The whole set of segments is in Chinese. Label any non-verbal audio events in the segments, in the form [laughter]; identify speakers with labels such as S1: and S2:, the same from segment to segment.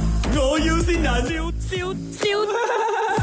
S1: 要先人，笑笑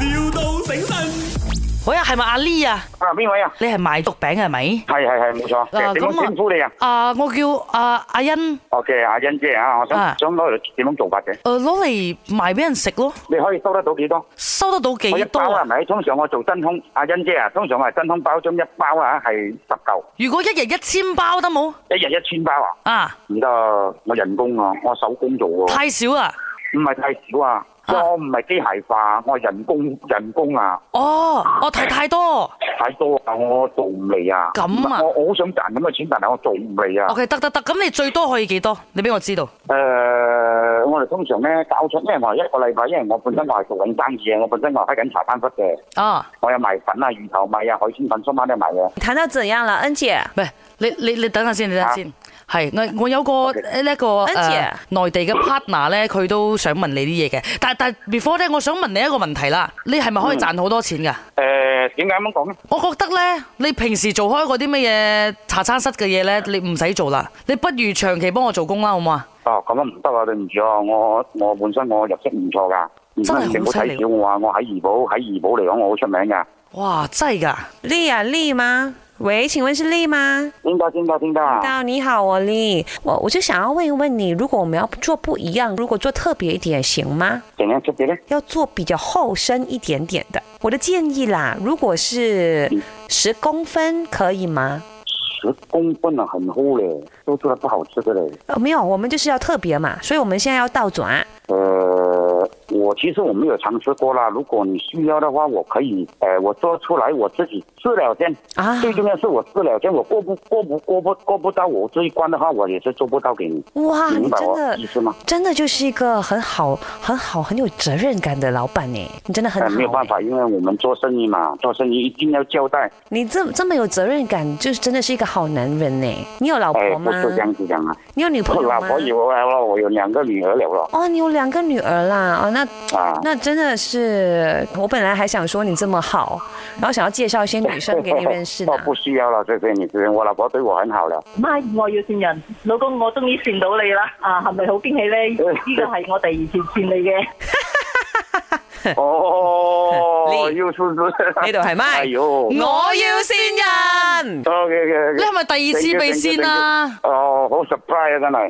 S1: 笑，,笑到醒神。
S2: 喂，係咪阿 Lee 啊？
S3: 啊，邊位啊？
S2: 你係賣毒餅嘅係咪？
S3: 係係係，冇錯。
S2: 啊
S3: 點
S2: 咁啊
S3: 樣稱呼你啊
S2: 啊，我叫啊阿欣，
S3: ？OK，阿欣姐啊，我想
S2: 啊
S3: 想攞嚟點樣做法嘅？
S2: 誒攞嚟賣俾人食咯，
S3: 你可以收得到幾多？
S2: 收得到幾
S3: 我一
S2: 多
S3: 包啊，係
S2: 啊？
S3: 咪？通常我做真空，阿欣姐啊，通常我係真空包裝一包啊，係十嚿，
S2: 如果一日一千包得冇
S3: 一日一千包啊。
S2: 啊？
S3: 唔得啊，我人工啊，我手工做喎，
S2: 太少啊！
S3: 唔係太少
S2: 啊
S3: 啊。我唔係機械化，我係人工人工啊，
S2: 哦，我睇太多。
S3: 太多啊，我做唔嚟啊。
S2: 咁啊
S3: 我我好想賺咁嘅錢，但係我做唔嚟啊。
S2: OK，得得得，咁你最多可以幾多？你俾我知道。
S3: 誒、呃我哋通常咧搞出，因為我係一個禮拜，因為我本身我係做緊生意嘅，我本身我係開緊茶餐室嘅，
S2: 啊，
S3: 我有賣粉啊、魚頭米啊、海鮮粉、粟米都有賣嘅。
S4: 谈到怎樣啦，恩姐？
S2: 唔係你你你等下先，你等下
S3: 啊
S2: 先。係，我我有個
S3: Okay
S2: 呢一個
S4: 跟住
S2: 誒內地嘅 partner 咧，佢都想問你啲嘢嘅。但但 before 咧，我想問你一個問題啦，你係咪可以
S3: 嗯
S2: 賺好多錢㗎？
S3: 誒呃點解咁講咧？
S2: 我覺得咧，你平時做開嗰啲乜嘢茶餐室嘅嘢咧，你唔使做啦，你不如長期幫我做工啦，好唔好啊？
S3: 哦，咁啊唔得啊，對唔住啊，我我本身我入息唔錯㗎，唔
S2: 真係好
S3: 你唔好
S2: 犀利
S3: 睇小我啊，我喺怡保喺怡保嚟講我好出名㗎，
S2: 哇，真係㗎！
S4: 丽啊，丽嗎？喂，請問是丽嗎？
S3: 應該應該應該啊。
S4: 到你好，我丽，我我就想要問一問你，如果我們要做不一樣，如果做特別一點，行嗎？
S3: 點樣出嘅咧？
S4: 要做比較厚身一點點的。我的建議啦，如果是
S3: 嗯
S4: 十公分，可以嗎？
S3: 十公分啊，很厚嘞，都做得不好吃的嘞。
S4: 呃，没有，我们就是要特別嘛，所以我們現在要倒轉。
S3: 呃，我其实我没有尝试过啦。如果你需要的话，我可以，呃，我做出来我自己治疗先。
S4: 啊
S3: 最重要是我治疗先，我过不过不过不过不到我这一关的话，我也是做不到给你。
S4: 哇，
S3: 你
S4: 啊你
S3: 明白
S4: 真
S3: 我
S4: 的
S3: 意思吗？
S4: 真的就是一個很好、很好、很有責任感的老闆哎，你真的很
S3: 呃，
S4: 好。
S3: 没有办法，因为我们做生意嘛，做生意一定要交代。
S4: 你这这么有责任感，就是真的是一个好男人呢。你有
S3: 哎、
S4: 老婆哎
S3: 不
S4: 吗？
S3: 是这样子讲啊，
S4: 你有女朋
S3: 我
S4: 友
S3: 老
S4: 吗？
S3: 婆有了，我有两个女儿了了
S4: 哦，你有两个女儿啦，哦，那
S3: 啊。
S4: 那真的是，我本来还想说你这么好，然后想要介绍一些女生给你认识
S3: [laughs]
S4: 呢
S3: 哦，。不需要了，谢谢你，谢谢我老婆对我很好
S4: [laughs]
S3: 了。
S5: 媽，我要善人，老公，我終於善到你啦！啊，係咪好驚喜咧？呢個係我第二次善你嘅。
S4: [laughs]
S3: 哦，又是
S4: 呢度係
S3: [laughs]
S4: 咪嗯
S3: 哎呦
S2: 我要
S4: 善人，
S3: ，OK
S2: 你係咪第二次被先啊？
S3: 哦，好 surprise 啊真
S6: 啊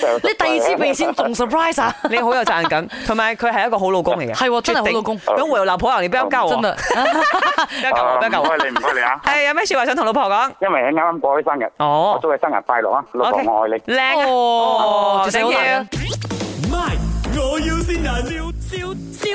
S3: 係！
S2: 你第二次被先仲 surprise 啊！
S6: 你好有責任感，同埋佢係一個好老公嚟嘅，
S2: 係喎真係好
S6: 絕頂
S2: 老公
S6: 如果我有老婆啊，你不要教我，
S2: 真的，
S6: 不要教
S3: 啊
S6: 我，不要教
S3: 唔
S6: 我。
S3: 該你，唔該你啊！
S6: 係哎有咩説話想同老婆講？
S3: 因為佢啱啱過咗生日，我
S6: 哦
S3: 祝佢生日快樂啊！老婆，
S6: ，OK，
S3: 我愛你。
S6: 靚
S2: [laughs]
S6: 啊，
S2: 哦，謝謝
S6: thank
S2: 好
S6: you
S2: 大家
S1: My，我要先人，笑笑笑，